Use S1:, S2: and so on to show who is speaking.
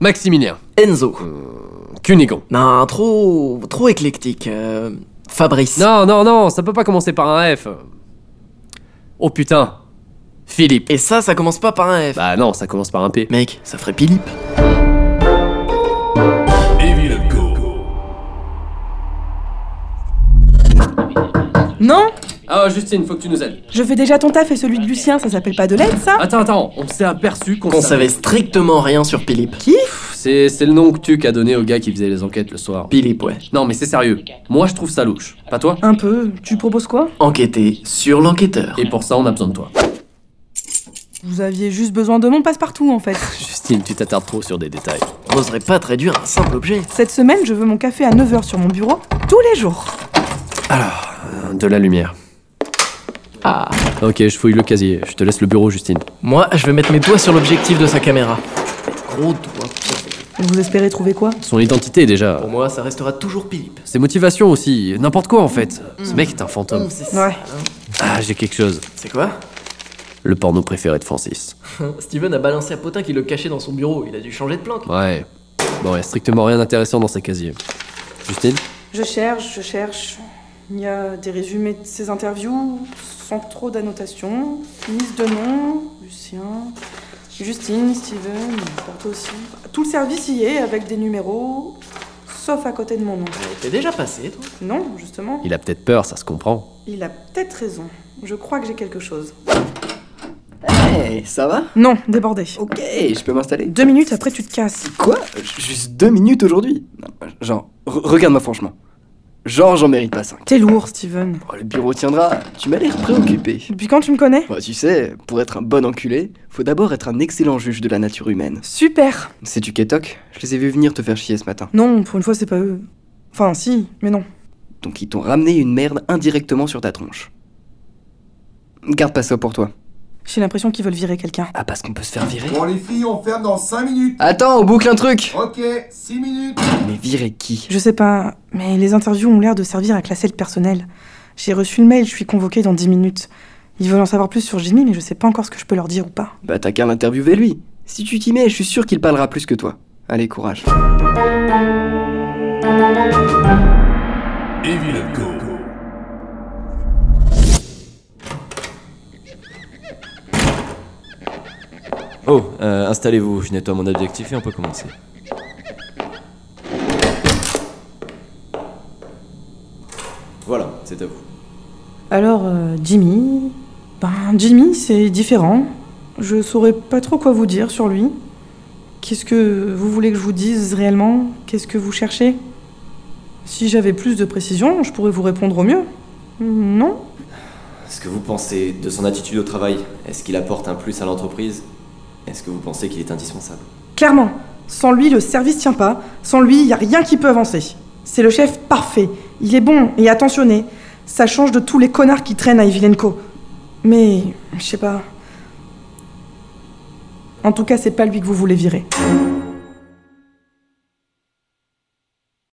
S1: Maximilien.
S2: Enzo.
S1: Cunégon.
S2: Non, trop. trop éclectique. Euh, Fabrice.
S1: Non, non, non, ça peut pas commencer par un F. Oh putain. Philippe.
S2: Et ça, ça commence pas par un F.
S1: Bah non, ça commence par un P.
S2: Mec, ça ferait Philippe.
S3: Evil Go.
S4: Non
S1: Ah, Justine, faut que tu nous aides.
S4: Je fais déjà ton taf et celui de Lucien, ça s'appelle pas de l'aide, ça
S1: Attends, attends, on s'est aperçu qu'on
S2: On savait strictement rien sur Philippe.
S4: Qui
S1: Pff, C'est c'est le nom que tu as donné au gars qui faisait les enquêtes le soir.
S2: Philippe, ouais.
S1: Non, mais c'est sérieux. Moi, je trouve ça louche. Pas toi
S4: Un peu. Tu proposes quoi
S2: Enquêter sur l'enquêteur.
S1: Et pour ça, on a besoin de toi.
S4: Vous aviez juste besoin de mon passe-partout, en fait.
S1: Justine, tu t'attardes trop sur des détails.
S2: Et n'oserait pas traduire un simple objet.
S4: Cette semaine, je veux mon café à 9h sur mon bureau, tous les jours.
S1: De la lumière.
S2: Ah.
S1: Ok, je fouille le casier. Je te laisse le bureau, Justine.
S2: Moi, je vais mettre mes doigts sur l'objectif de sa caméra. Gros doigt.
S4: Vous espérez trouver quoi
S1: Son identité, déjà.
S2: Pour moi, ça restera toujours Philippe.
S1: Ses motivations aussi. N'importe quoi, en fait. Ce mec est un fantôme.
S2: C'est hein.
S4: Ouais.
S1: Ah, j'ai quelque chose.
S2: C'est quoi
S1: Le porno préféré de Francis.
S2: Hein Steven a balancé à Potin qui le cachait dans son bureau. Il a dû changer de planque.
S1: Ouais. Bon, il y a strictement rien d'intéressant dans ces casiers. Justine
S4: Je cherche, je cherche. Il y a des résumés de ses interviews, sans trop d'annotations. Liste de noms, Lucien, Justine, Steven, Porto aussi. Tout le service y est, avec des numéros, sauf à côté de mon nom.
S2: T'es déjà passé, toi
S4: Non, justement,
S1: Il a peut-être peur, ça se comprend.
S4: il a peut-être raison. Je crois que j'ai quelque chose.
S5: Hey, ça va
S4: Non, débordé.
S5: Ok, je peux m'installer.
S4: Deux minutes après, tu te casses.
S5: Quoi Juste deux minutes aujourd'hui Non, Genre, re- regarde-moi franchement. Genre, j'en mérite pas cinq.
S4: T'es lourd, Steven.
S5: Oh, le bureau tiendra, tu m'as l'air préoccupé.
S4: Depuis quand tu me connais
S5: Bah, tu sais, pour être un bon enculé, faut d'abord être un excellent juge de la nature humaine.
S4: Super
S5: Sais-tu Ketok Je les ai vus venir te faire chier ce matin.
S4: Non, pour une fois, c'est pas eux. Enfin, si, mais non.
S5: Donc ils t'ont ramené une merde indirectement sur ta tronche. Garde pas ça pour toi.
S4: J'ai l'impression qu'ils veulent virer quelqu'un.
S5: Ah, parce qu'on peut se faire virer
S6: Bon, les filles, on ferme dans 5 minutes.
S5: Attends, on boucle un truc
S6: Ok, 6 minutes.
S5: Mais virer qui
S4: Je sais pas, mais les interviews ont l'air de servir à classer le personnel. J'ai reçu le mail, je suis convoquée dans 10 minutes. Ils veulent en savoir plus sur Jimmy, mais je sais pas encore ce que je peux leur dire ou pas.
S5: Bah t'as qu'à l'interviewer lui. Si tu t'y mets, je suis sûr qu'il parlera plus que toi. Allez, courage.
S3: Evil Go.
S7: Oh, euh, installez-vous, je nettoie mon objectif et on peut commencer. Voilà, c'est à vous.
S4: Alors, euh, Jimmy. Ben, Jimmy, c'est différent. Je saurais pas trop quoi vous dire sur lui. Qu'est-ce que vous voulez que je vous dise réellement Qu'est-ce que vous cherchez Si j'avais plus de précision, je pourrais vous répondre au mieux. Non
S7: Ce que vous pensez de son attitude au travail, est-ce qu'il apporte un plus à l'entreprise Est-ce que vous pensez qu'il est indispensable
S4: Clairement, sans lui, le service tient pas. Sans lui, il n'y a rien qui peut avancer. C'est le chef parfait. Il est bon et attentionné. Ça change de tous les connards qui traînent à Ivilenko. Mais, je sais pas. En tout cas, c'est pas lui que vous voulez virer.